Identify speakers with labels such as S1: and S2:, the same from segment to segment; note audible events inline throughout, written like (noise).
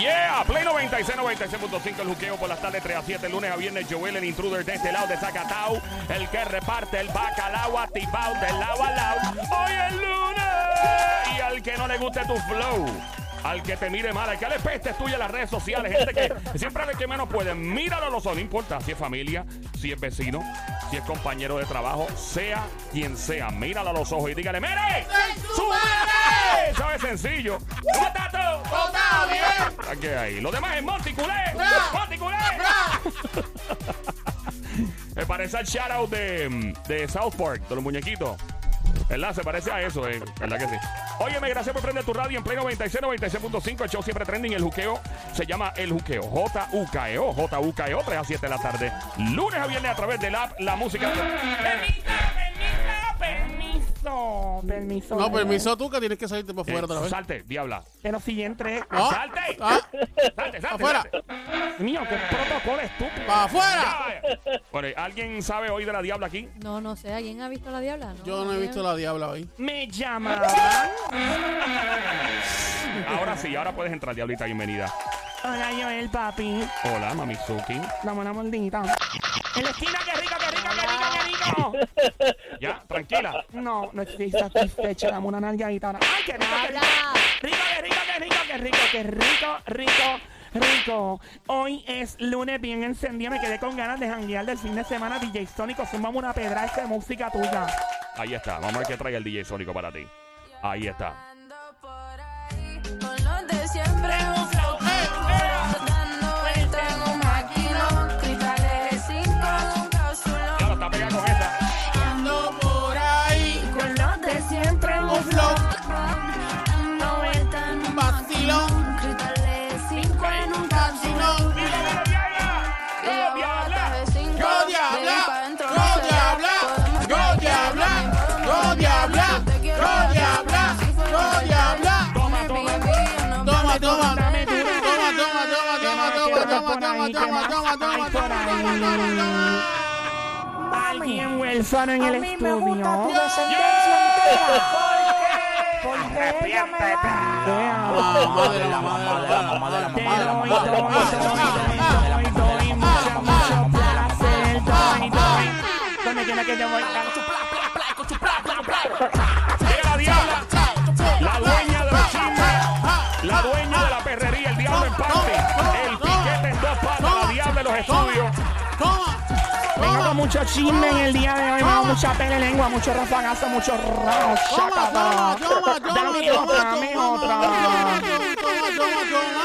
S1: Yeah, Play 96, 96.5, el juqueo por las tardes 3 a 7, lunes a viernes, Joel, el intruder de este lado de Zacatau, el que reparte el bacalao atipao del lado al lado, hoy es lunes, y al que no le guste tu flow, al que te mire mal, al que le peste tuya en las redes sociales, gente que siempre es el que menos puede, míralo lo son, no importa si es familia, si es vecino, si es compañero de trabajo, sea quien sea, míralo a los ojos y dígale, mire,
S2: ¡Soy tu
S1: madre! ¿Sabes? Sencillo. ¿Cómo estás tú?
S2: Botado, bien.
S1: Ah, ¿Qué hay? Lo demás es Monty Culé.
S2: Bra.
S1: Monty Culé. Me parece al shoutout de, de South Park, de los muñequitos. ¿Verdad? Se parece a eso, ¿eh? ¿Verdad que sí? Óyeme, gracias por prender tu radio en Play 96, 96.5. El show siempre trending. El juqueo se llama El Juqueo. J-U-K-E-O. J-U-K-E-O. 3 E a 7 de la tarde. Lunes a viernes a través del app La Música.
S3: Permiso, permiso.
S4: No, permiso tú que tienes que salirte para afuera otra vez.
S1: Eh, salte, diabla.
S3: Pero si ya entré.
S4: Ah,
S1: salte.
S4: ah,
S1: Salte, salte.
S4: Afuera.
S1: salte.
S3: Mío, qué protocolo estúpido.
S4: ¡Para afuera!
S1: Ya, ya. Bueno, ¿alguien sabe hoy de la diabla aquí?
S5: No, no sé, ¿alguien ha visto la diabla? No,
S4: Yo no he
S5: nadie.
S4: visto la diabla hoy.
S3: Me llamaban.
S1: Ahora sí, ahora puedes entrar, diablita, bienvenida.
S3: Hola, Joel, papi.
S1: Hola, Mamizuki.
S3: La buena mordita. En la esquina, qué rico, qué rico, qué rico, qué rico.
S1: Ya, tranquila.
S3: No, no estoy satisfecha. Dame una nalgadita ahora. ¡Ay, qué rico, qué rico! Rico, qué rico, qué rico, qué rico, qué rico, rico, rico. Hoy es lunes bien encendido. Me quedé con ganas de janguear del fin de semana. DJ Sónico, sumamos una pedra a esta música tuya.
S1: Ahí está, vamos a ver qué trae el DJ Sónico para ti. Ahí está.
S6: Ando por ahí con los de siempre un flow que cura, dando vueltas en un maquinón, cristales de cinco, un
S1: Ya
S6: cápsulo.
S1: lo está pegando con esa.
S4: Ando por ahí,
S6: Con los de siempre un
S4: Un flow.
S6: flow, dando vueltas en un
S4: vacilón.
S6: maquinón, cristales de cinco en un cápsulo.
S1: ¡Dígame, diabla!
S6: Y la
S1: ¡Diabla!
S6: bota de cinco,
S4: ¡Go
S6: de ahí pa'
S4: diabla!
S6: dentro no
S4: ¡Go
S6: se da.
S4: diabla!
S6: Podemos
S4: ¡Go diabla! ¡Go diabla! ¡Go diabla! ¡Go diabla!
S6: Toma, toma,
S4: Toma, toma.
S3: Dame tú.
S4: Toma, toma, toma, toma, toma, toma, toma, toma, toma, toma, toma, toma, toma, toma.
S3: Alguien huérfano en el
S2: A mí me gusta tu
S3: estudio.
S2: descendencia entera. Porque ella me da.
S3: Yeah.
S4: Mamá de la mamá de la mamá de la
S3: Te doy,
S4: mamá de la
S3: doy, doy,
S4: mamá de la mamá de la mamá de la
S3: doy, doy, doy, doy, mucho, mucho placer. Doy, doy. Donde quiera que yo voy, canto.
S1: ¡Llega la diabla! La dueña de los chismes. La dueña de la perrería, el diablo en parte. El piquete en dos patas, la diabla en los estudios.
S4: Toma,
S3: Vengo con
S4: toma,
S3: mucho chisme en el día de hoy. Vengo mucha pele lengua, mucho rafagazo, mucho raro.
S4: toma, toma, toma, toma,
S3: Dame
S4: toma,
S3: otra,
S4: toma,
S3: dame
S4: toma,
S3: otra.
S4: toma, toma, toma, toma.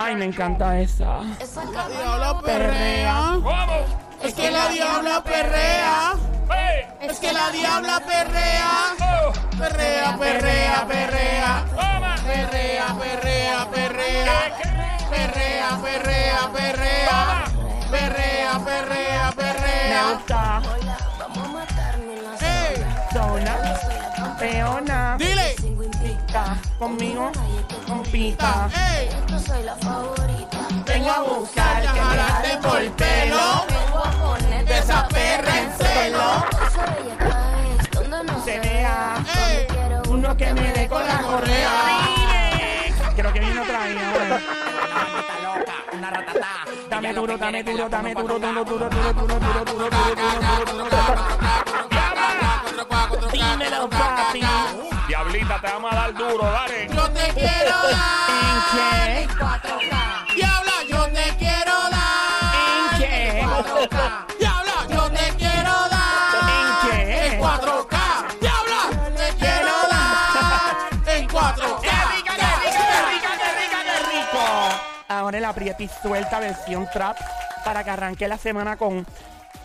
S3: Ay, me encanta esa.
S4: La diabla perrea.
S1: ¡Vamos!
S4: Es que la diabla perrea.
S1: ¡Eh!
S4: Es que la diabla perrea.
S1: ¡Oh!
S4: Perrea, perrea, perrea.
S1: ¡Toma!
S4: Perrea, perrea, perrea. Perrea, perrea, perrea. Perrea, perrea,
S2: Eh,
S3: Me
S4: perrea.
S2: ah.
S3: gusta.
S4: ¡Ey!
S3: Zona, peona,
S4: ¡Dile!
S3: pica. Conmigo, con pica.
S4: ¡Ey!
S6: soy la favorita.
S3: Vengo a buscar que me
S4: jalarte
S3: jalen por el pelo.
S6: Vengo a ponerte
S4: De esa perra en celo.
S6: Eso ella cae, donde no
S3: Se vea
S4: ¡Ey!
S6: quiero
S3: uno que me dé con la
S4: Correa.
S3: correa. Creo que viene otra vez. ahora.
S2: Una ratatá.
S3: Dame duro, dame duro, dame duro, duro, duro, duro, duro, duro, duro, duro, duro, duro, duro. Dímelo, papi.
S1: Diablita, te vamos a dar duro, dale.
S4: Yo te quiero
S3: ¿En
S4: dar.
S3: qué?
S4: Diabla, yo te quiero
S3: ¿En
S4: dar.
S3: qué?
S4: Diabla, yo te quiero dar.
S3: ¿En qué?
S4: En 4K. Diabla, te quiero dar. En 4K.
S3: rico! Ahora el aprieta y suelta versión trap para que arranque la semana con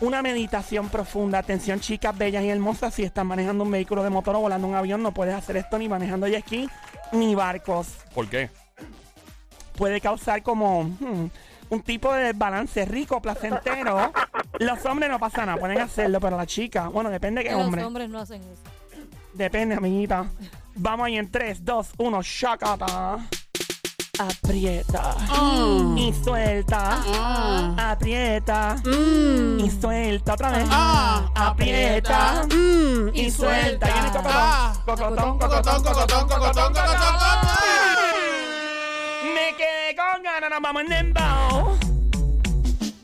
S3: una meditación profunda. Atención, chicas bellas y hermosas. Si están manejando un vehículo de motor o volando un avión, no puedes hacer esto ni manejando jet ski ni barcos.
S1: ¿Por qué?
S3: puede causar como hmm, un tipo de balance rico, placentero. Los hombres no pasa nada, pueden hacerlo, pero la chica, bueno, depende de qué
S5: Que los
S3: hombre.
S5: hombres no hacen eso.
S3: Depende, amiguita. Vamos ahí en 3, 2, 1, shakata. Aprieta
S4: Mm.
S3: y suelta.
S4: Ah.
S3: Aprieta
S4: Mm.
S3: y suelta otra vez.
S4: Ah.
S3: Aprieta
S4: Mm.
S3: y suelta. Y viene cocotón,
S4: Ah.
S3: cocotón,
S4: Cocotón,
S3: cocotón,
S4: cocotón, cocotón, cocotón, cocotón.
S3: ahora nos vamos en dembow.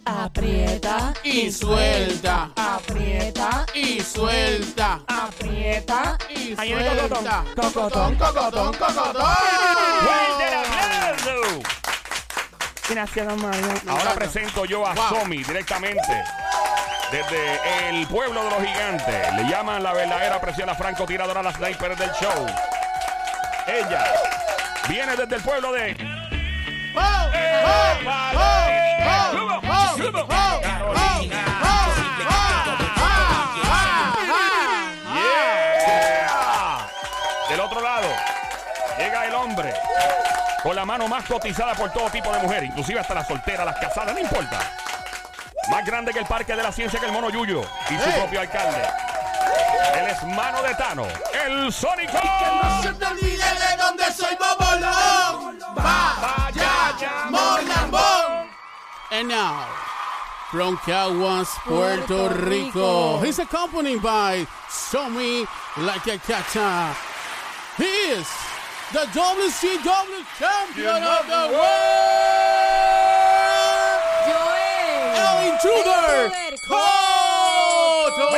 S5: Aprieta,
S4: y suelta,
S5: aprieta,
S4: y suelta,
S5: aprieta.
S4: y
S3: Ahí viene Cocotón.
S4: suelta.
S3: Cocotón.
S4: cocotón, cocotón.
S1: ¡Fuerte el aplauso!
S3: Gracias, don Mario.
S1: Ahora presento yo a
S4: Wow.
S1: Somi directamente. Desde el pueblo de los gigantes. Le llaman la verdadera presión a Franco tiradora la sniper del show. Ella viene desde el pueblo de
S4: ¡Oh! ¡Oh! ¡Oh! ¡Oh! ¡Oh! ¡Oh! ¡Oh!
S1: Carolina.
S4: ¡Ah!
S1: Yeah. Del otro lado llega el hombre con la mano más cotizada por todo tipo de mujeres, inclusive hasta las solteras, las casadas, no importa. Más grande que el Parque de la Ciencia que el Mono Yuyo y su
S4: Hey.
S1: propio alcalde. Él es mano de Tano, el Sónico.
S4: ¡Se te olvide de dónde soy Bobolón! ¡Vaya, Monambón! And now, from Caguas, Puerto
S5: Puerto
S4: Rico,
S5: Rico.
S4: he's accompanied by Somi Like a Cacha. He is the WCW champion of the world!
S5: Joel.
S4: ¡El intruder!
S5: Intruder
S4: ¡Coto!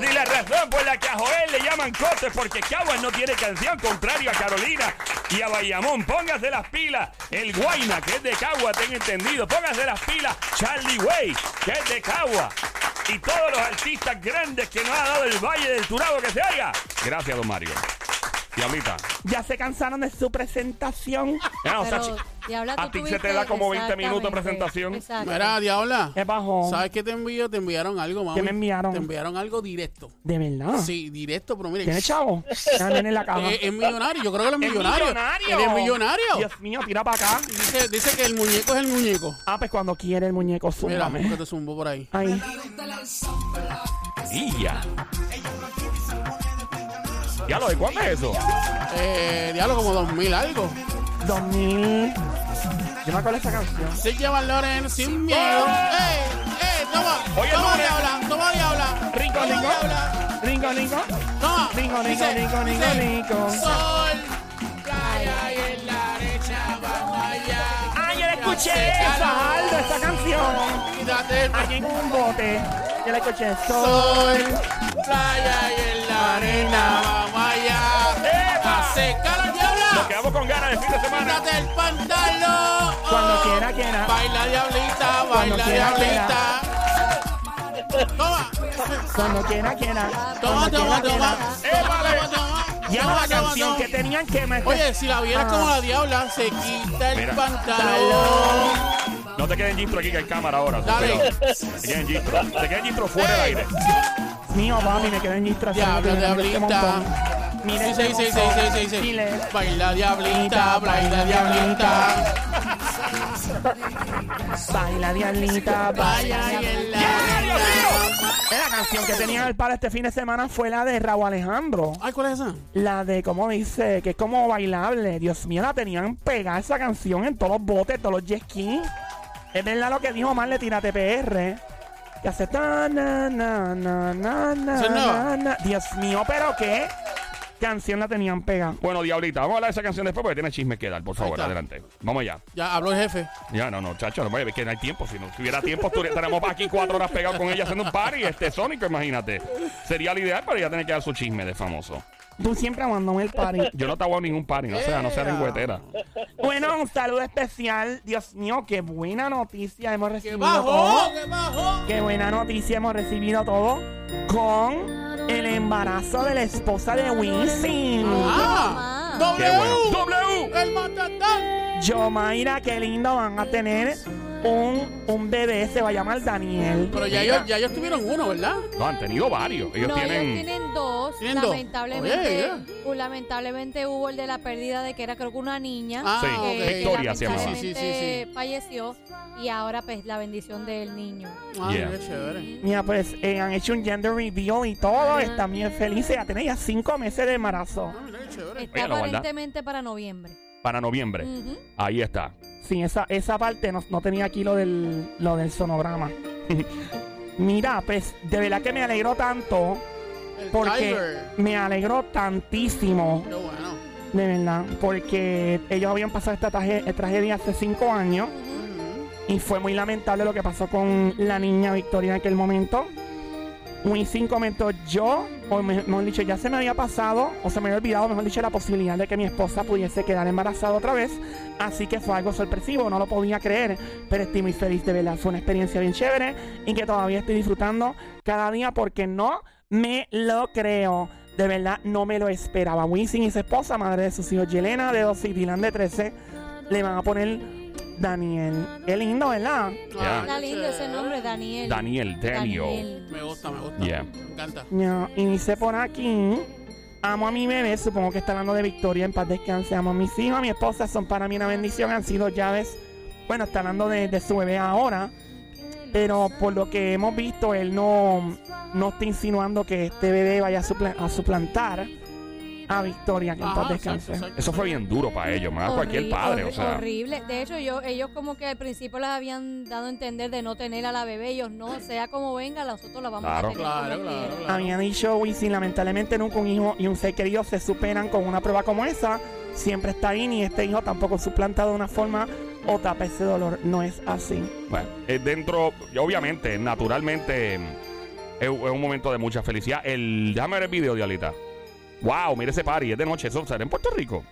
S1: Y la razón por la que a Joel le llaman Cote porque Caguas no tiene canción, contrario a Carolina y a Bayamón. Póngase las pilas. El Guayna, que es de Cagua, ten entendido. Póngase las pilas. Charlie Way, que es de Cagua. Y todos los artistas grandes que nos ha dado el Valle del Turabo que se haga. Gracias, don Mario. Diablita.
S3: Ya se cansaron de su
S4: (laughs)
S3: presentación.
S1: Ya, o sea,
S5: Pero,
S1: chi-
S5: Diabla,
S1: a
S5: tú
S1: ti se te
S5: tuviste-
S1: da como 20 minutos de
S5: exactamente,
S1: presentación.
S5: exacto.
S4: Mira, Diabla.
S3: ¿Qué bajó?
S4: ¿Sabes qué te envió? Te enviaron algo, mami.
S3: ¿Qué me enviaron?
S4: Te enviaron algo directo.
S3: De verdad.
S4: Sí, directo, pero mire.
S3: ¿Tiene chavo? Ya viene en la caja.
S4: Eh, es millonario, yo creo que él
S3: ¡Es
S4: es millonario. Él es millonario.
S3: Dios mío, tira para acá.
S4: Dice, dice que el muñeco es el muñeco.
S3: Ah, pues cuando quiere el muñeco,
S4: Mira, que
S3: súmame.
S4: te zumbo por ahí.
S3: Ahí.
S1: Ya. Ya lo de cuándo es eso.
S4: Eh, diablo, como dos mil algo.
S3: 2000. Yo me acuerdo de esa canción.
S4: Se llama Loren sin miedo. ¡Eh! ¡Eh! ¡Toma!
S1: Oye,
S4: ¡Toma,
S1: Loren.
S4: diabla! ¡Toma, diabla!
S3: Rico,
S4: ¡Toma,
S3: rico.
S4: diabla!
S3: Ringo, ringo.
S4: ¡Toma!
S3: Rico, rico,
S4: Dice-
S3: rico, rico,
S4: dice,
S3: rico.
S4: Sol, playa y en la derecha, vamos allá.
S3: Ah, yo la escuché
S4: Hace
S3: esa,
S4: calor.
S3: Aldo, esa canción.
S4: Olvídate,
S3: Aquí en un bote. Yo la escuché. So-
S4: sol, playa y en la arena, vamos allá.
S1: ¡Epa!
S4: Hace calor, diabla.
S1: Nos quedamos con ganas de fin de semana.
S4: Quítate el pantalón.
S3: Cuando quiera, quiera.
S4: Baila diablita,
S3: Cuando
S4: baila
S3: quiera,
S4: diablita. Toma,
S3: Cuando quiera, quiera.
S4: toma,
S3: Cuando
S4: toma,
S3: quiera,
S4: toma.
S3: quiera.
S1: Épale.
S4: Toma, toma,
S3: Y es
S4: toma,
S3: la
S4: toma,
S3: canción
S4: toma.
S3: que tenían que me...
S4: Oye, si la vieras
S3: Ah.
S4: como la diabla, se quita el
S1: Mira.
S4: pantalón.
S1: No te queden gistro aquí que hay cámara ahora.
S4: Dale.
S1: Te queden gistro. Te queden gistro fuera del
S4: Ey.
S1: aire.
S3: Mío, mami, me quedé en distracción.
S4: Diablo, diablita.
S3: Mira
S4: Sí,
S3: este
S4: sí, sí, sí,
S3: montón.
S4: sí, sí, sí.
S3: Mira.
S4: Baila diablita, baila diablita.
S3: Baila, diablita, baila.
S4: Vaya y en la
S3: La canción que tenía el padre este fin de semana fue la de Raúl Alejandro.
S4: Ay, ¿cuál es esa?
S3: La de, ¿cómo dice? Que es como bailable. Dios mío, la tenían pegada esa canción en todos los botes, todos los jet skis. Es verdad lo que dijo Omar, le tírate PR. Que hace tan, na, na, na, na,
S4: ¿Eso es
S3: na,
S4: nueva?
S3: na. Dios mío, ¿pero qué? Canción la tenían pegada.
S1: Bueno, Diablita, vamos a hablar de esa canción después porque tiene chisme que dar. Por favor,
S4: está.
S1: adelante. Vamos allá.
S4: Ya habló el jefe.
S1: Ya, no, no, chacho, no vaya, es que no hay tiempo. Si no tuviera tiempo, estu- estaríamos aquí cuatro horas pegados con ella haciendo un party. Este Sónico, imagínate. Sería lo ideal, pero ella tiene que dar su chisme de famoso.
S3: Tú siempre amándome el party.
S4: (laughs)
S1: Yo no te hago ningún party, no sea, no sea lengüetera.
S3: Bueno, un saludo especial. Dios mío, qué buena noticia hemos recibido.
S4: ¡Bajo!
S3: todo. Qué buena noticia hemos recibido todo con el embarazo de la esposa de Wisin.
S4: ¡Ah!
S1: Qué bueno.
S4: ¡W!
S1: ¡W!
S4: ¡El matatán!
S3: Yomaira, qué lindo van a tener un, un bebé, se va a llamar Daniel.
S4: Pero ya ellos, ya ellos tuvieron uno, ¿verdad?
S1: No, han tenido varios. Ellos
S5: no,
S1: tienen.
S5: ellos tienen dos.
S4: Tienen dos.
S5: lamentablemente,
S4: Oye,
S5: uh, lamentablemente hubo el de la pérdida de que era creo que una niña.
S4: Ah,
S1: Sí,
S4: ok.
S5: que- que
S1: Victoria se llamaba.
S5: lamentablemente
S4: Sí, sí, sí,
S5: falleció y ahora pues la bendición del niño.
S4: Ah,
S1: Yeah.
S4: qué chévere.
S3: Mira, pues eh, han hecho un gender reveal y todo, están bien felices, ya tienen ya cinco meses de embarazo.
S4: Ah, mira qué chévere.
S5: Está
S1: Oye, la guarda.
S5: aparentemente para noviembre.
S1: Para noviembre.
S5: Ujú.
S1: Ahí está.
S3: Sí, esa, esa parte no, no tenía aquí lo del, lo del sonograma. (laughs) Mira, pues de verdad que me alegró tanto
S4: El
S3: porque
S4: Tiger.
S3: me alegró tantísimo
S4: Qué bueno.
S3: de verdad, porque ellos habían pasado esta traje- eh, tragedia hace cinco años y fue muy lamentable lo que pasó con la niña Victoria en aquel momento. Wisin comentó yo, o me- mejor dicho, ya se me había pasado, o se me había olvidado, mejor dicho, la posibilidad de que mi esposa pudiese quedar embarazada otra vez. Así que fue algo sorpresivo, no lo podía creer, pero estoy muy feliz de verdad. Fue una experiencia bien chévere y que todavía estoy disfrutando cada día porque no me lo creo. De verdad, no me lo esperaba. Wisin y su esposa, madre de sus hijos, Yelena, de 12 y Dylan, de 13, le van a poner Daniel. Qué lindo, ¿verdad?
S1: Ya.
S5: Está lindo ese nombre, Daniel.
S1: Daniel Daniel.
S4: Me gusta, me gusta.
S1: Yeah.
S4: Me encanta.
S3: Ya, Y dice por aquí, amo a mi bebé, supongo que está hablando de Victoria, en paz descanse, amo a mis hijos, a mi esposa, son para mí una bendición, han sido llaves, bueno, está hablando de, de su bebé ahora, pero por lo que hemos visto, él no, no está insinuando que este bebé vaya a, supla- a suplantar a Victoria, que en paz
S4: Ajá,
S3: descanse.
S4: exacto, exacto.
S1: Eso fue bien duro para ellos, más Ah, cualquier
S5: Horrible,
S1: padre, o
S5: horri-
S1: sea.
S5: Horrible. De hecho, yo, ellos como que al principio les habían dado a entender de no tener a la bebé. Ellos no, sea como venga, nosotros la vamos
S1: Claro.
S5: a tener.
S4: Claro,
S5: como
S4: claro,
S5: quiera.
S4: claro.
S3: Había dicho Wisin, lamentablemente nunca un hijo y un ser querido se superan con una prueba como esa. Siempre está ahí, ni este hijo tampoco suplanta de una forma o tapa ese dolor. No es así.
S1: Bueno, eh, dentro, y obviamente, naturalmente, mm, es, es un momento de mucha felicidad. El, déjame ver el video, Dialita. Wow, mire ese party, es de noche, eso será en Puerto Rico.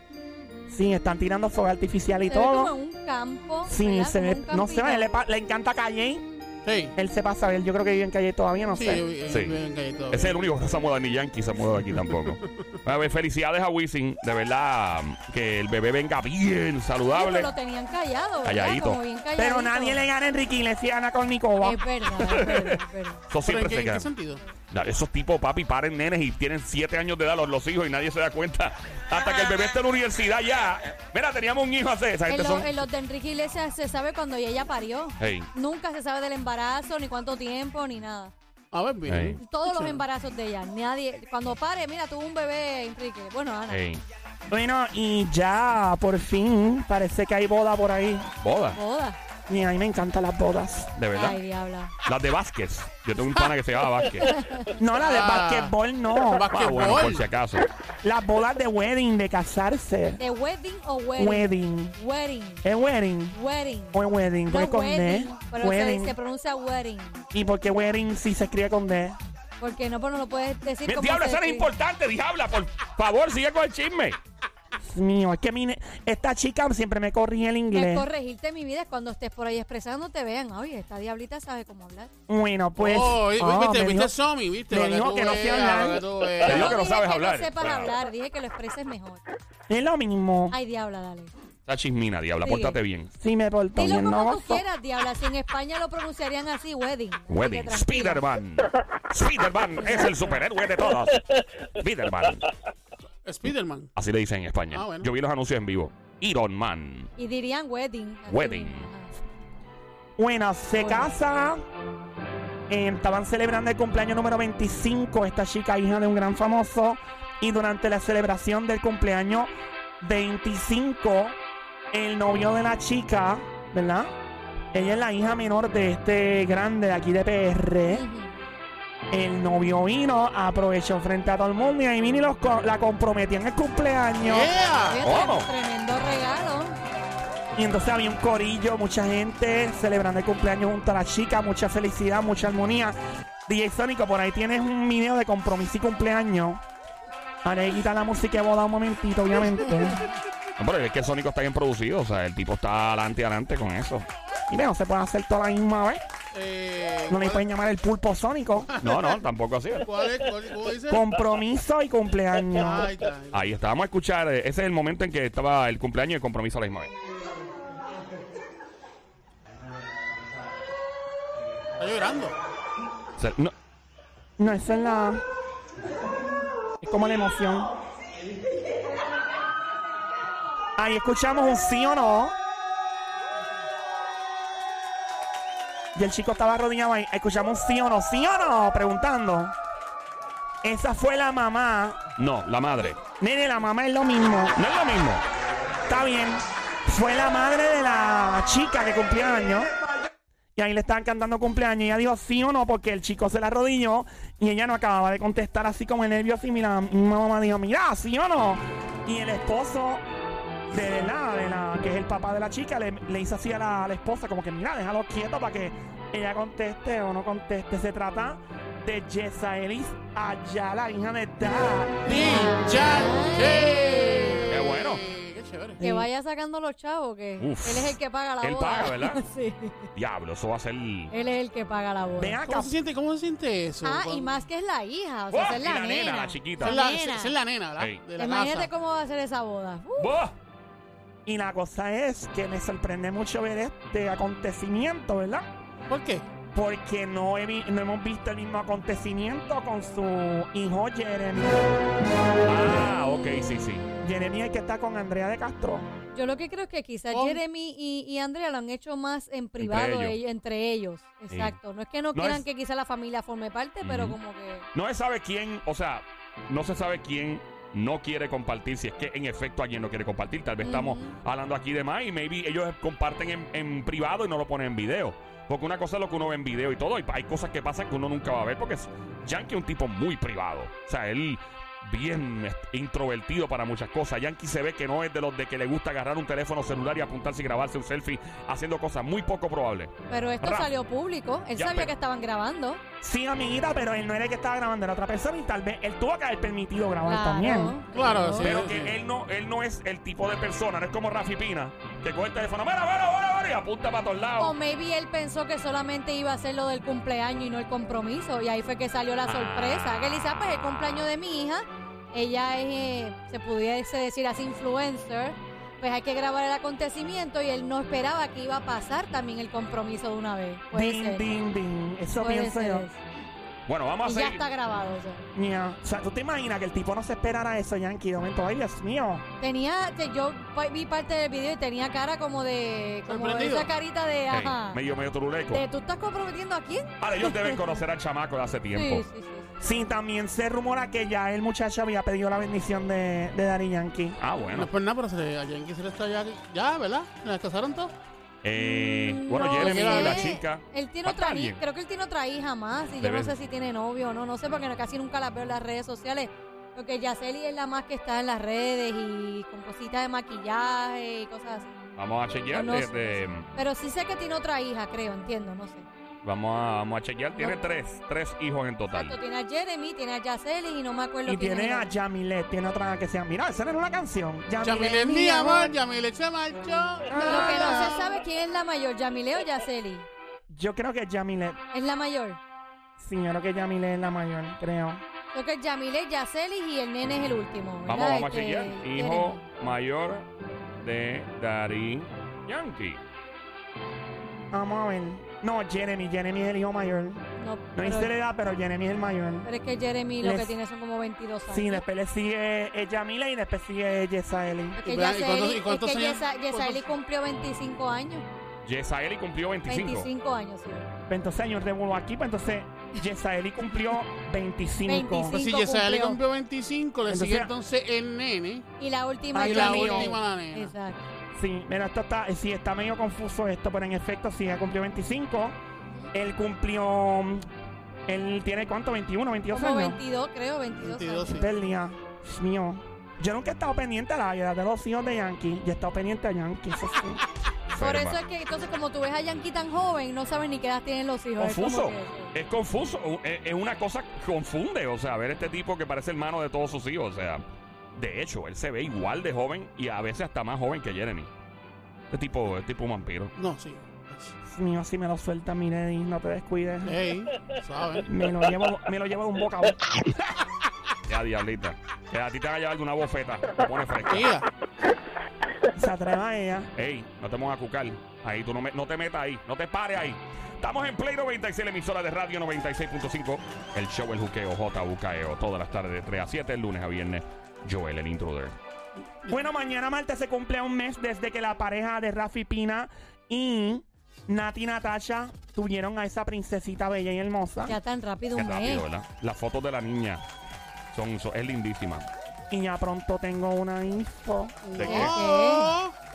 S3: Sí, están tirando fuego artificial y
S5: Se ve como
S3: todo.
S5: en un campo.
S3: Sí,
S5: ¿verdad?
S3: se
S5: Como
S3: ve,
S5: un
S3: no se ve,
S5: campito.
S3: le, pa- le encanta Calle.
S4: Sí.
S3: Él se pasa a ver, yo creo que vive en Calle todavía, no
S4: Sí,
S3: sé.
S4: yo- yo-
S1: Sí.
S4: yo- yo- yo- yo-
S1: Ese es el único que no se ha mudado ni Yankee se ha mudado de aquí tampoco. A ver, felicidades a Wisin, de verdad, mm, que el bebé venga bien,
S5: Oye,
S1: saludable.
S5: pero lo tenían callado, ¿verdad?
S1: Calladito.
S5: Como bien calladito.
S3: Pero nadie le gana a Enrique Iglesias y Ana Cornicova.
S5: Es verdad, es verdad, es
S3: (laughs)
S5: verdad.
S1: Eso
S4: Pero
S1: siempre
S4: ¿en qué,
S1: se
S4: en qué
S1: queda.
S4: sentido?
S1: Na- Esos tipos, papi, paren nenes y tienen siete años de edad los, los hijos y nadie se da cuenta. Hasta que el bebé está en la universidad ya. Mira, teníamos un hijo hace. Esa
S5: En
S1: gente
S5: los,
S1: son.
S5: en los de Enrique Iglesias se sabe cuando ella parió.
S1: Ey.
S5: Nunca se sabe del embarazo, ni cuánto tiempo, ni nada.
S4: A ver, bien.
S1: Ey.
S5: Todos los embarazos de ella. Nadie. Cuando pare, mira, tuvo un bebé, Enrique. Bueno, Ana.
S1: Ey.
S3: Bueno, y ya, por fin, parece que hay boda por ahí.
S1: Boda,
S5: Boda.
S3: Y a mí me encantan las bodas.
S1: de verdad.
S5: Ay, diabla.
S1: Las de Vázquez. Yo tengo un pana que se llama Vázquez.
S3: No, la de
S4: Ah.
S3: basquetbol no.
S1: Ah, bueno, por si acaso.
S3: Las bodas de wedding, de casarse.
S5: ¿De wedding o wedding?
S3: Wedding.
S5: Wedding.
S3: ¿Es wedding?
S5: Wedding.
S3: ¿O es wedding?
S5: No
S3: Porque
S5: es
S3: con
S5: wedding,
S3: D.
S5: pero se-
S3: Wedding.
S5: Se, pronuncia wedding.
S3: ¿Y por qué wedding si se escribe con D?
S5: Porque no, pues no lo puedes decir
S1: Mira,
S5: como
S1: Diabla,
S5: se
S1: eso no es
S5: escribe.
S1: importante, diabla. Por favor, sigue con el chisme.
S3: Dios mío, es que mi ne- esta chica siempre me corrige el
S5: El
S3: inglés.
S5: corregirte mi vida es cuando estés por ahí expresando te vean. Oye, esta diablita sabe cómo hablar.
S3: Bueno, pues.
S4: Oh, vi-
S3: ah,
S4: viste,
S3: me
S4: viste
S3: dijo-
S4: a Somi, viste.
S3: me
S4: para
S3: dijo
S4: tú
S3: que no sé
S4: veas,
S3: hablar.
S4: para que tú
S1: Te
S4: veas.
S1: digo que no
S5: dije
S1: sabes hablar.
S5: No sepas
S1: Claro.
S5: hablar, dije que lo expreses mejor.
S3: Es lo mismo.
S5: Ay, diabla, dale.
S1: Está chismina, diabla.
S5: Sigue.
S1: Pórtate bien.
S3: Si me porto
S5: Dilo
S3: bien,
S5: como
S3: no
S5: tú
S3: gozo.
S5: quieras, diabla. Si en España lo pronunciarían así, wedding. Así que
S1: Wedding.
S5: tranquila.
S1: Spider-Man. Spider-Man es el superhéroe de todos. Spider-Man.
S4: Spiderman.
S1: Así le dicen en España.
S4: Ah, bueno.
S1: Yo vi los anuncios en vivo. Iron Man.
S5: Y dirían wedding. así.
S1: Wedding.
S3: Bueno, se casa. Eh, estaban celebrando el cumpleaños número 25, esta chica hija de un gran famoso. Y durante la celebración del cumpleaños 25, el novio de la chica, ¿verdad? Ella es la hija menor de este grande de aquí de
S4: ¿Eh?
S3: PR.
S5: Ujú.
S3: El novio vino, aprovechó frente a todo el mundo y ahí vino y los co- la comprometía en el cumpleaños.
S4: Yeah.
S5: Oye,
S1: Ah, ¿Cómo?
S5: Tremendo regalo.
S3: Y entonces había un corillo, mucha gente celebrando el cumpleaños junto a la chica, mucha felicidad, mucha armonía. DJ Sónico, por ahí tienes un video de compromiso y cumpleaños. Ahora hay que quitar la música de boda un momentito, obviamente.
S1: No, pero es que el Sónico está bien producido. O sea, el tipo está adelante, adelante con eso.
S3: Y no se puede hacer toda la misma vez.
S4: Eh,
S3: No le
S4: ¿cuál-
S3: pueden llamar el pulpo sónico.
S1: No, no, tampoco así.
S4: ¿Cuál es? ¿Cuál- ¿Cómo dice?
S3: Compromiso y cumpleaños.
S4: Ahí está. ahí está.
S1: Ahí está. Vamos a escuchar. eh, Ese es el momento en que estaba el cumpleaños y el compromiso a la misma vez.
S4: Está llorando.
S1: O sea, no-
S3: No, esa es la. Es como la emoción. Ahí escuchamos un sí o no. Y el chico estaba arrodillado ahí. Escuchamos un sí o no, sí o no, preguntando. Esa fue la mamá.
S1: no, la madre.
S3: Nene, la mamá es lo mismo.
S1: No es lo mismo.
S3: Está bien. Fue la madre de la chica que cumplía años. Y ahí le estaban cantando cumpleaños. Y ella dijo sí o no, porque el chico se la arrodilló. Y ella no acababa de contestar así como nerviosa. Y mira, mi mamá dijo, mira, sí o no. Y el esposo de la, de la que es el papá de la chica, le, le hizo así a la, a la esposa, como que mira, déjalo quieto para que ella conteste o no conteste. Se trata de Yesaelis Ayala, hija de Dad.
S4: ¡Qué
S1: Qué bueno.
S4: ¡Qué chévere!
S5: Que vaya sacando los chavos, que
S1: Uf.
S5: él es el que paga la
S1: Él
S5: boda.
S1: paga, ¿verdad?
S5: (laughs) sí.
S1: Diablo, eso va a ser.
S5: Él es el que paga la boda.
S3: Ven acá.
S4: ¿Cómo se siente, cómo se siente eso?
S5: Ah,
S4: Cuando-
S5: y más que es la hija, o sea,
S1: ¡Oh!
S5: esa es
S1: Y
S5: la,
S1: la nena, la chiquita.
S4: Esa es la, esa-
S5: nena.
S4: esa es la nena, ¿verdad?
S1: Ey.
S4: De la
S5: Imagínate
S4: casa.
S5: cómo va a ser esa boda. Uh,
S1: ¡Bah!
S3: Y la cosa es que me sorprende mucho ver este acontecimiento, ¿verdad?
S4: ¿Por qué?
S3: Porque no, he vi- no hemos visto el mismo acontecimiento con su hijo Jeremy.
S1: Ah, ok, sí, sí.
S3: Jeremy es el que está con Andrea de Castro.
S5: Yo lo que creo es que quizás
S4: Oh.
S5: Jeremy y, y Andrea lo han hecho más en privado
S1: ellos.
S5: ellos- entre ellos.
S1: Sí.
S5: Exacto. No es que no,
S1: No
S5: quieran
S1: es-
S5: que quizás la familia forme parte, pero
S1: Ujú.
S5: como que...
S1: No se sabe quién, o sea, no se sabe quién no quiere compartir, si es que en efecto alguien no quiere compartir. Tal vez estamos
S5: Ujú.
S1: hablando aquí de más y maybe ellos comparten en, en privado y no lo ponen en video. Porque una cosa es lo que uno ve en video y todo, y hay cosas que pasan que uno nunca va a ver porque es- Yankee es un tipo muy privado. O sea, él bien este, introvertido para muchas cosas. Yankee se ve que no es de los de que le gusta agarrar un teléfono celular y apuntarse y grabarse un selfie haciendo cosas muy poco probables.
S5: Pero esto
S1: Rafa.
S5: salió público. Él
S1: Ya,
S5: sabía
S1: pero-
S5: que estaban grabando.
S3: Sí, amiguita, pero él no era el que estaba grabando, era otra persona y tal vez él tuvo que haber permitido grabar Oh, también.
S4: Claro, sí.
S1: Pero que él no, él no es el tipo de persona, no es como Rafi Pina, que coge el teléfono, mira, mira, mira, mira", y apunta para todos
S5: O
S1: lados.
S5: maybe él pensó que solamente iba a hacer lo del cumpleaños y no el compromiso. Y ahí fue que salió la
S1: Ah.
S5: sorpresa. Que él dice, "Ah, pues el cumpleaños de mi hija, ella es, eh, se pudiese decir así, influencer. Pues hay que grabar el acontecimiento y él no esperaba que iba a pasar también el compromiso de una vez. Puede
S3: Din,
S5: ser.
S3: din, din. Eso
S5: puede
S3: pienso
S5: ser
S3: yo.
S5: eso.
S1: Bueno, vamos
S5: Oh, Y
S1: a
S5: ya
S1: seguir.
S5: está grabado eso.
S3: Ña. O sea, ¿tú te imaginas que el tipo no se esperara eso, Yankee? De momento, ay, Dios mío.
S5: Tenía, te- yo pa- vi parte del video y tenía cara como de, como de
S4: Sorprendido.
S5: esa carita de,
S1: Hey,
S5: ajá.
S1: medio, medio turuleco.
S5: De, ¿Tú estás comprometiendo a quién?
S1: Ahora, ellos deben conocer al chamaco de hace tiempo.
S5: (laughs) Sí, sí, sí.
S3: Sí, también se rumora que ya el muchacho había pedido la bendición de, de Daddy Yankee.
S1: Ah,
S4: No
S1: bueno.
S4: es por nada, pero se, a Yankee se le está ya, ya ¿verdad? ¿La casaron todos?
S1: Eh, bueno,
S5: No
S1: Jeremy,
S5: sé.
S1: la chica.
S5: Él tiene
S1: ¿Falta
S5: otra hija,
S1: alguien?
S5: creo que él tiene otra hija más y yo
S1: Debe-
S5: no sé si tiene novio o no, no sé porque no- casi nunca la veo en las redes sociales. Porque Yaceli es la más que está en las redes y con cositas de maquillaje y cosas así.
S1: Vamos a chequear.
S5: No sé.
S1: este,
S5: Pero sí sé que tiene otra hija, creo, entiendo, no sé.
S1: vamos, a, vamos a chequear. Tiene tres, tres hijos en
S5: Exacto,
S1: total.
S5: tiene a Jeremy, tiene a Yaceli y no me acuerdo
S3: Y
S5: quién es
S3: tiene
S5: el
S3: a
S5: otro.
S3: Yamilet, tiene otra que sea. Mira, esa no era una canción.
S4: Yamile
S3: Yamilet.
S4: es mi amor, Yamile se marchó.
S5: Lo que no se sabe quién es la mayor, Yamile o Yaceli.
S3: Yo creo que Yamilet.
S5: Es la mayor.
S3: Sí, yo creo que Yamilet es la mayor, creo.
S5: Creo que es Yamile, Yaceli y el nene es el último. ¿verdad?
S1: Vamos, vamos a
S5: Este,
S1: chequear. Hijo
S5: Jeremy.
S1: mayor de Darín Yankee.
S3: Vamos a ver. No, Jeremy, Jeremy es el hijo mayor.
S5: No,
S3: No
S5: pero,
S3: hice la edad, pero Jeremy es el mayor.
S5: pero es que Jeremy lo
S3: Les-
S5: que tiene son como 22 años.
S3: Sí, después le sigue eh, Yamilet y después sigue Yesaeli.
S5: Porque
S4: ¿Y verdad? ¿Y cuántos-
S5: Yasaeli-
S4: y cuántos
S5: es que
S4: años-
S5: Yesa- Yasaeli
S4: cuántos-
S5: cumplió 25 años.
S1: Yesaeli cumplió 25.
S5: 25 años, sí.
S3: Pues Entonces hay un revuelo aquí, pues entonces Yesaeli cumplió 25.
S5: 25.
S4: Pues si
S5: Cinco
S4: Yesaya
S5: cumplió.
S4: cumplió 25, le
S3: Entonces-
S4: sigue entonces el nene
S5: Y la última
S3: Ay,
S4: y
S5: es
S4: la
S5: Yamile.
S4: última la nena.
S5: Exacto.
S3: Sí, mira, esto está, eh, sí, está medio confuso esto, pero en efecto, sí, ella cumplió 25. Él cumplió. mm, Él tiene cuánto, 21, 22
S5: Como
S3: años.
S5: 22, creo, 22.
S4: 22,
S5: años.
S4: sí.
S3: Perdía. Dios mío. Yo nunca he estado pendiente a la edad de los hijos de Yankee. Yo he estado pendiente a Yankee, eso sí.
S5: Por
S1: Ferma.
S5: eso es que entonces como tú ves a Yankee tan joven, no sabes ni qué edad tienen los hijos. Es como
S1: Confuso.
S5: que-
S1: Es confuso. u- e, Es, es una cosa que confunde. O sea, ver este tipo que parece hermano de todos sus hijos. O sea, de hecho, él se ve igual de joven y a veces hasta más joven que Jeremy. Este tipo es tipo un vampiro.
S4: No, sí.
S3: Dios mío, si me lo suelta, mire, no te descuides.
S4: Ey, ¿sabes?
S3: Me lo llevo, me lo llevo de un boca a boca.
S1: Ya, diablita. Que a ti te va a llevar de una bofeta. Te pone fresca.
S4: Mira,
S3: Se atreva a ella.
S1: Ey, no te vamos a cucar. Ahí, tú no, me- no te metas ahí. No te pares ahí. Estamos en Play 96, la emisora de radio 96.5. El show El Juqueo, JUKEO. E Todas las tardes de 3 a 7, el lunes a viernes. Joel, el intruder.
S3: Bueno, mañana martes se cumple un mes desde que la pareja de Rafi Pina y Nati Natasha tuvieron a esa princesita bella y hermosa.
S5: Ya tan rápido
S1: Qué
S5: un mes.
S1: rápido, ¿verdad? Las fotos de la niña son, son- es lindísima.
S3: Y ya pronto tengo una info,
S1: ¿De
S5: (laughs) Ok.
S1: qué?
S4: no,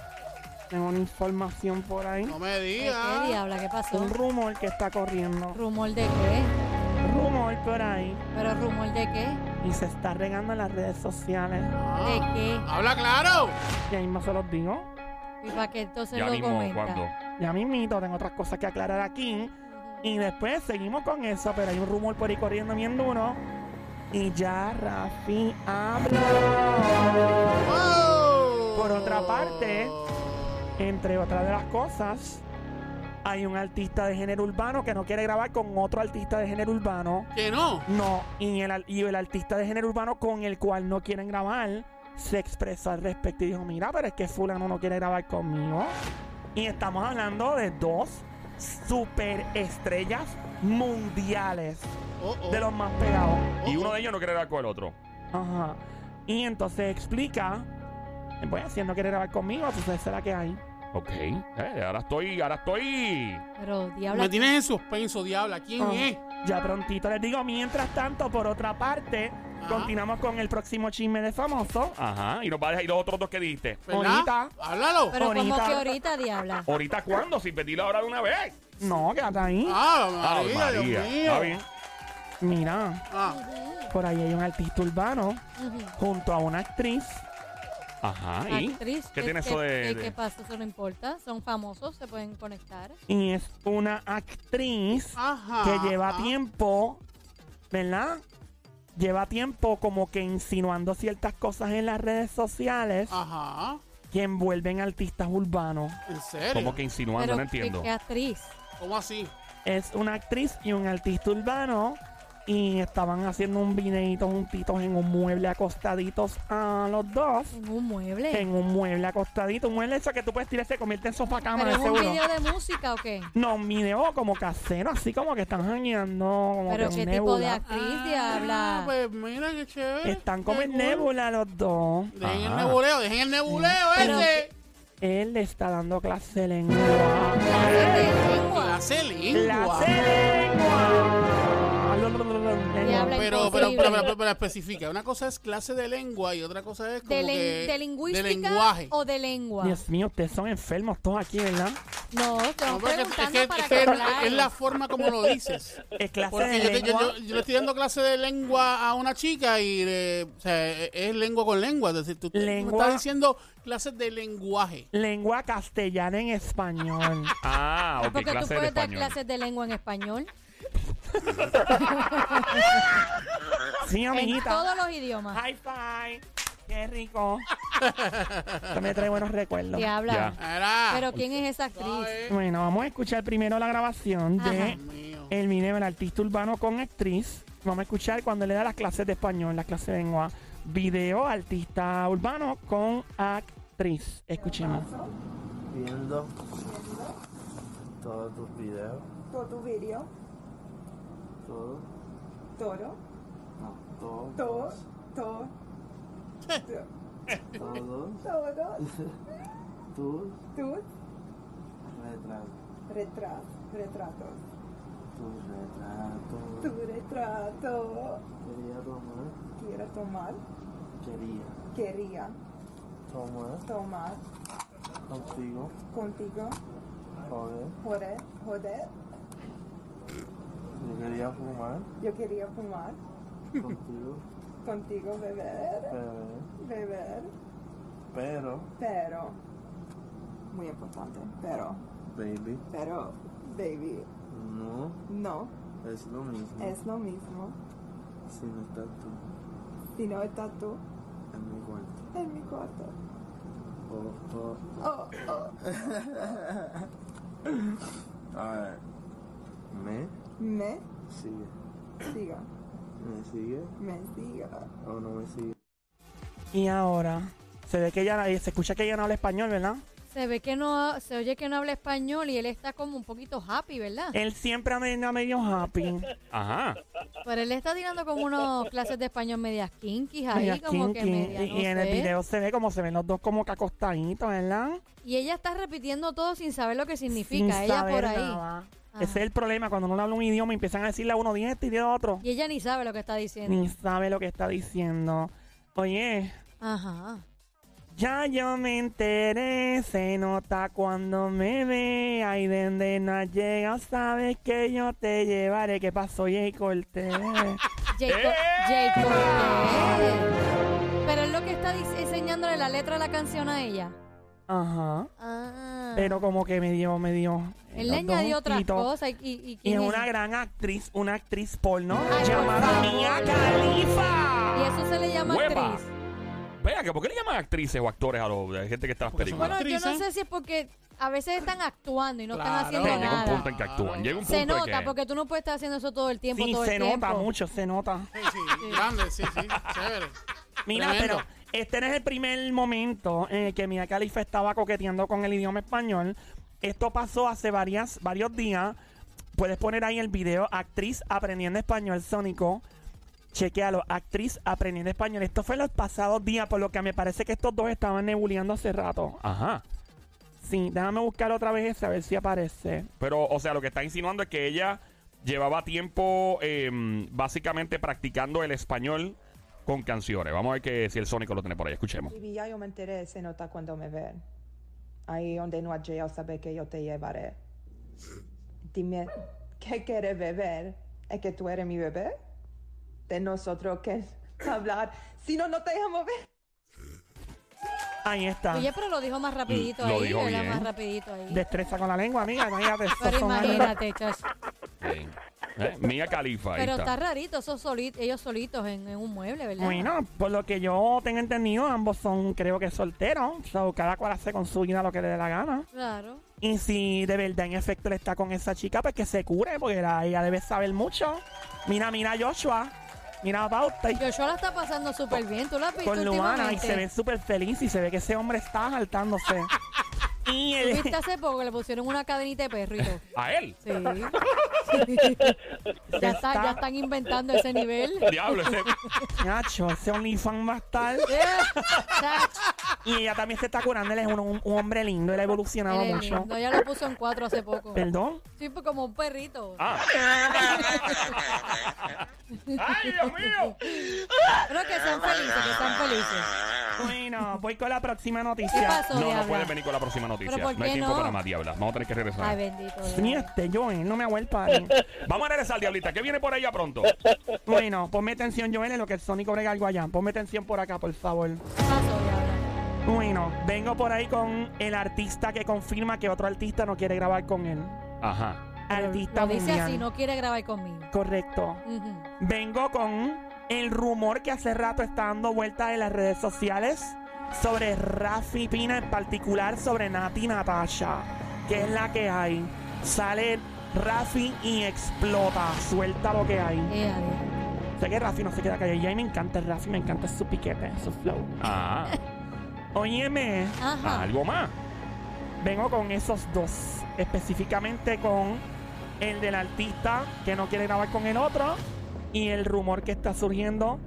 S3: tengo una información por ahí.
S4: no me
S5: ¿Qué, qué
S4: digas.
S5: diabla? ¿Qué
S3: Un
S5: pasó?
S3: rumor que está corriendo.
S5: ¿Rumor de qué?
S3: Rumor por ahí.
S5: ¿Pero rumor de qué?
S3: y se está regando en las redes sociales.
S5: ¿De
S3: Ah.
S5: qué?
S4: Ah, ¡Habla claro!
S3: Ya mismo se los digo.
S5: Y para que entonces
S1: Ya
S5: lo
S1: mismo,
S5: comenta.
S1: cuando.
S3: Ya mismito, tengo otras cosas que aclarar aquí. Y después seguimos con eso, pero hay un rumor por ahí corriendo bien duro. Y ya Rafi habló.
S4: ¡Oh!
S3: Por otra parte, entre otras de las cosas, hay un artista de género urbano que no quiere grabar con otro artista de género urbano.
S4: Que no.
S3: No, y el, al- y el artista de género urbano con el cual no quieren grabar se expresó al respecto y dijo, mira, pero es que fulano no quiere grabar conmigo. Y estamos hablando de dos superestrellas mundiales,
S4: Oh, oh.
S3: de los más pegados.
S1: Y uno de ellos no quiere dar con el otro.
S3: Ajá. Y entonces explica, pues si él no quiere grabar conmigo, entonces será que hay.
S1: Ok. Eh, ahora estoy, ahora estoy.
S5: Pero diablo.
S4: Me tienes en suspenso, diabla. ¿Quién
S3: Ah,
S4: es?
S3: Ya prontito les digo, mientras tanto, por otra parte,
S4: Ajá.
S3: continuamos con el próximo chisme de famoso.
S1: Ajá. Y nos va a dejar y los otros dos que dijiste.
S4: ¿Verdad?
S3: Ahorita.
S4: Háblalo.
S5: Pero como
S3: ahorita-
S5: que ahorita diabla.
S1: ¿Ahorita cuándo? Sin pedir la hora de una vez.
S3: No, quédate ahí.
S4: Ah,
S1: Ave
S4: María, Dios mío.
S1: Está bien.
S3: Mira,
S4: Ah,
S3: por ahí hay un artista urbano
S5: Ujú.
S3: junto a una actriz.
S1: Ajá. ¿Y?
S5: Actriz.
S1: ¿Qué
S5: ¿qué-
S1: tiene
S5: qué-
S1: eso de.?
S5: qué-
S1: de-
S5: ¿Qué pasa? Eso no importa. Son famosos, se pueden conectar.
S3: Y es una actriz
S4: ajá.
S3: que lleva
S4: ajá.
S3: tiempo, ¿verdad? Lleva tiempo como que insinuando ciertas cosas en las redes sociales
S5: Ah.
S4: Ajá.
S3: que envuelven artistas urbanos.
S4: ¿En serio?
S1: ¿Cómo que insinuando?
S5: Pero
S1: no
S5: ¿qué-
S1: entiendo.
S5: ¿qué, actriz?
S4: ¿Cómo así?
S3: Es una actriz y un artista urbano. Y estaban haciendo un videito juntitos en un mueble acostaditos a los dos.
S5: En un mueble.
S3: En un mueble acostadito. Un mueble eso que tú puedes tirar y se convierte en sofá cama,
S5: ¿Pero
S3: de
S5: es un
S3: seguro.
S5: video de música o qué?
S3: No, un video como casero, así como que están jañando. Como
S5: ¿Pero
S3: que
S5: qué tipo
S3: nébula.
S5: de actriz
S4: Ah,
S5: diabla?
S4: pues mira qué chévere.
S3: Están como
S4: Qué
S3: en
S4: cool.
S3: nébula los dos.
S4: Dejen el
S1: Ajá.
S4: nebuleo, dejen el nebuleo
S5: Pero-
S4: ese.
S3: Él le está dando clase de lengua. eh,
S5: ¿De lengua?
S4: Clase lengua.
S3: ¡Clase de lengua!
S5: Diabla.
S4: Pero, pero,
S5: Imposible.
S4: pero, pero, pero especifica. Una cosa es clase de lengua y otra cosa es como
S5: ¿De, len-
S4: que-
S5: de lingüística
S4: De lenguaje.
S5: o de lengua?
S3: Dios mío, ustedes son enfermos todos aquí, ¿verdad?
S5: No, te
S4: No,
S5: vamos
S4: porque es
S5: preguntando
S4: que,
S5: para
S4: es, que
S5: aclarar.
S4: es la forma como lo dices.
S3: Es clase
S4: Porque
S3: de
S4: yo, te- yo-
S3: lengua.
S4: yo- yo le estoy dando clase de lengua a una chica y eh, o sea, es- es lengua con lengua. Es decir, tú tú me
S3: Lengua.
S4: estás diciendo clases de lenguaje.
S3: Lengua castellana en español.
S1: Ah, ok.
S5: Porque tú
S1: Clase de
S5: puedes dar
S1: español.
S5: clases de lengua en español.
S3: Sí,
S5: En
S3: amiguita.
S5: todos los idiomas.
S3: High five. Qué rico. Esto me trae buenos recuerdos.
S5: Diabla.
S4: Era.
S5: Pero ¿quién es esa actriz?
S4: ¿sabes?
S3: Bueno, vamos a escuchar primero la grabación de
S5: Ajá.
S4: eh, Dios mío.
S3: el video del artista urbano con actriz. Vamos a escuchar cuando le da las clases de español, las clases de lengua. Video artista urbano con actriz. Escuchemos.
S7: viendo todos tus videos,
S8: Todo vídeo,
S7: todo,
S8: toro,
S7: no, todo,
S8: todo, todo,
S7: todos
S8: todo,
S7: tus
S8: tus
S7: retratos,
S8: retratos, retratos,
S7: tus retratos.
S8: tu retrato.
S7: Quería tomar,
S8: Quiero tomar,
S7: quería
S8: quería
S7: tomar
S8: tomar
S7: contigo,
S8: contigo,
S7: joder,
S8: joder, joder.
S7: yo quería fumar
S8: Yo quería fumar
S7: contigo,
S8: contigo, beber,
S7: bebé,
S8: beber,
S7: pero,
S8: pero, muy importante, pero,
S7: baby,
S8: pero, baby,
S7: no
S8: no,
S7: es lo mismo
S8: es lo mismo
S7: si no estás tú
S8: si no estás tú
S7: en mi cuarto.
S8: en mi cuarto.
S7: Oh, oh.
S8: Oh, oh,
S7: A ver, me
S8: me
S7: sigue,
S8: siga,
S7: me sigue
S8: me siga.
S7: o no me sigue.
S3: Y ahora se ve que ella eh, se escucha que ella no habla español, ¿verdad?
S5: Se ve que no, se oye que no habla español y él está como un poquito happy, ¿verdad?
S3: Él siempre anda medio happy.
S1: Ajá.
S5: Pero él está tirando como
S3: (laughs)
S5: unas clases de español medias kinky (laughs) ahí,
S3: medio
S5: como que
S3: kinky.
S5: media,
S3: y,
S5: no
S3: y en el
S5: sé.
S3: video se ve como se ven los dos como que acostaditos, ¿verdad?
S5: Y ella está repitiendo todo sin saber lo que significa,
S3: Sin
S5: ella
S3: saber
S5: por ahí. Ah.
S3: nada.
S5: Ajá.
S3: Ese es el problema, cuando uno no habla un idioma empiezan a decirle a uno de este y de otro.
S5: Y ella ni sabe lo que está diciendo.
S3: Ni sabe lo que está diciendo. Oye,
S5: Ajá.
S3: Ya yo me enteré, se nota cuando me ve. Ahí
S5: (laughs)
S3: donde no has llegado, sabes que yo te llevaré. ¿Qué pasó, Jay Cortés?
S5: Jacob.
S1: ¡Eh!
S5: Jacob. ¿qué? Pero es lo que está dis- enseñándole la letra de la canción a ella.
S3: Ajá.
S5: Ah.
S3: Pero como que me dio, me dio.
S5: Él le añadió otras cosas. Y, y- y
S3: Y
S5: quién
S3: es
S5: es?
S3: una gran actriz, una actriz porno
S5: por
S3: llamada
S5: favor.
S3: Mia Khalifa.
S5: Y eso se le llama
S1: Hueva.
S5: actriz.
S1: Vea, que ¿por qué le llaman actrices o actores a los, a gente que está en las
S4: Porque son
S1: películas?
S5: Bueno, yo no
S4: Actrices.
S5: sé si es porque a veces están actuando y no
S4: Claro.
S5: están
S1: Sí,
S5: haciendo
S1: llega un
S5: nada.
S1: punto en que actúan. Llega un punto
S5: Se
S1: en
S5: nota,
S1: que...
S5: porque tú no puedes estar haciendo eso todo el tiempo,
S3: Sí,
S5: todo
S3: se
S5: el tiempo.
S3: nota mucho, se nota.
S4: Sí, sí, grande, sí, sí, chévere.
S3: Mira,
S4: Tremendo.
S3: pero este no es el primer momento en el que Mia Khalifa estaba coqueteando con el idioma español. Esto pasó hace varias, varios días. Puedes poner ahí el video actriz aprendiendo español sónico. Chequealo, actriz aprendiendo español. Esto fue los pasados días, por lo que me parece que estos dos estaban nebuleando hace rato.
S1: Ajá.
S3: Sí, déjame buscar otra vez ese a ver si aparece.
S1: Pero, o sea, lo que está insinuando es que ella llevaba tiempo eh, básicamente practicando el español con canciones. Vamos a ver que si el Sónico lo tiene por ahí. Escuchemos.
S8: Y ya yo me enteré, se nota cuando me ven. Ahí donde no hay yo sabe que yo te llevaré. Dime, ¿qué quieres beber? ¿Es que tú eres mi bebé? De nosotros que (laughs) hablar, si no, no te dejamos ver.
S3: Ahí está.
S5: Oye, pero lo dijo más rapidito
S1: Mm, lo
S5: ahí.
S1: dijo
S5: ¿verdad?
S1: bien.
S5: Más rapidito ahí.
S3: Destreza con la lengua, amiga.
S5: (laughs)
S3: Imagínate. esos
S5: Pero
S3: son-
S5: imagínate, chacho.
S1: Eh, eh, Mia Khalifa, ahí
S5: Pero
S1: está.
S5: está rarito, esos soli- ellos solitos en, en un mueble, ¿verdad?
S3: Bueno, por lo que yo tengo entendido, ambos son, creo que solteros. So, cada cual hace con su vida lo que le dé la gana.
S5: Claro.
S3: Y si de verdad en efecto él está con esa chica, pues que se cure, porque la- ella debe saber mucho. Mira, mira a Joshua. Mira a Bauta y
S5: Joshua la está pasando súper bien, tú la has visto
S3: con Luana. Y
S5: últimamente.
S3: se ve súper feliz y se ve que ese hombre está saltándose.
S5: (laughs)
S3: y
S5: Tú
S3: él,
S5: viste hace poco que le pusieron una cadenita de perro y todo.
S1: A él.
S5: Sí. ya, está, ya están inventando ese nivel.
S3: (laughs)
S1: Diablo, ese.
S3: (laughs) Nacho, ese OnlyFans va a estar.
S5: Eh, chacho,
S3: Y ella también se está curando. Él es un, un- un hombre lindo, él ha evolucionado
S5: eres
S3: mucho.
S5: lindo, ya lo puso en cuatro hace poco.
S3: Perdón.
S5: Sí, pues como un perrito.
S1: Ah. (laughs) ¡Ay, Dios mío!
S5: Pero que sean felices, que sean felices.
S3: Bueno, voy con la próxima noticia.
S5: ¿Qué pasó,
S1: No, no
S5: diabla?
S1: pueden venir con la próxima noticia.
S5: ¿Pero por
S1: No hay
S5: qué
S1: tiempo
S5: no?
S1: para más, diabla. Vamos a tener que regresar.
S5: Ay, bendito. Dios.
S3: Ni este, Joel, no me hago el party.
S1: Vamos a regresar, diablita. ¿Qué viene por allá pronto?
S3: bueno, ponme atención, Joel, en lo que el Sónico brega algo allá. Ponme atención por acá, por favor.
S5: ¿Qué pasó, diabla?
S3: Bueno, vengo por ahí con el artista que confirma que otro artista no quiere grabar con él.
S1: Ajá.
S3: Artista
S5: Lo dice
S3: mundial.
S5: así, no quiere grabar conmigo.
S3: Correcto.
S5: Ujú.
S3: Vengo con el rumor que hace rato está dando vueltas en las redes sociales sobre Rafi Pina, en particular sobre Nati Natasha, que es la que hay. Sale Rafi y explota, suelta lo que hay.
S5: Eh, a ver.
S3: Sé que Rafi no se queda callado. Y a mí me encanta el Rafi, me encanta su piquete, su flow.
S1: Ah,
S3: Óyeme,
S5: Ajá.
S1: algo más.
S3: vengo con esos dos. Específicamente con el del artista que no quiere grabar con el otro y el rumor que está surgiendo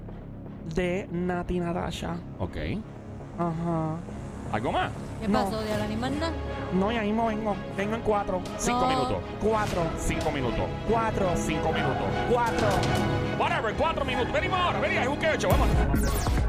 S3: de Nati Natasha.
S1: Ok.
S3: Ajá.
S1: ¿Algo más?
S5: ¿Qué
S3: No.
S5: pasó, diabla? Ni más nada.
S3: No, y ahí mismo vengo. Vengo en cuatro.
S1: Cinco
S5: No.
S1: minutos.
S3: Cuatro.
S1: Cinco minutos.
S3: Cuatro.
S1: Cinco minutos.
S3: Cuatro.
S1: Whatever, cuatro minutos. Venimos ahora. Venimos, hay un quecho. Vamos.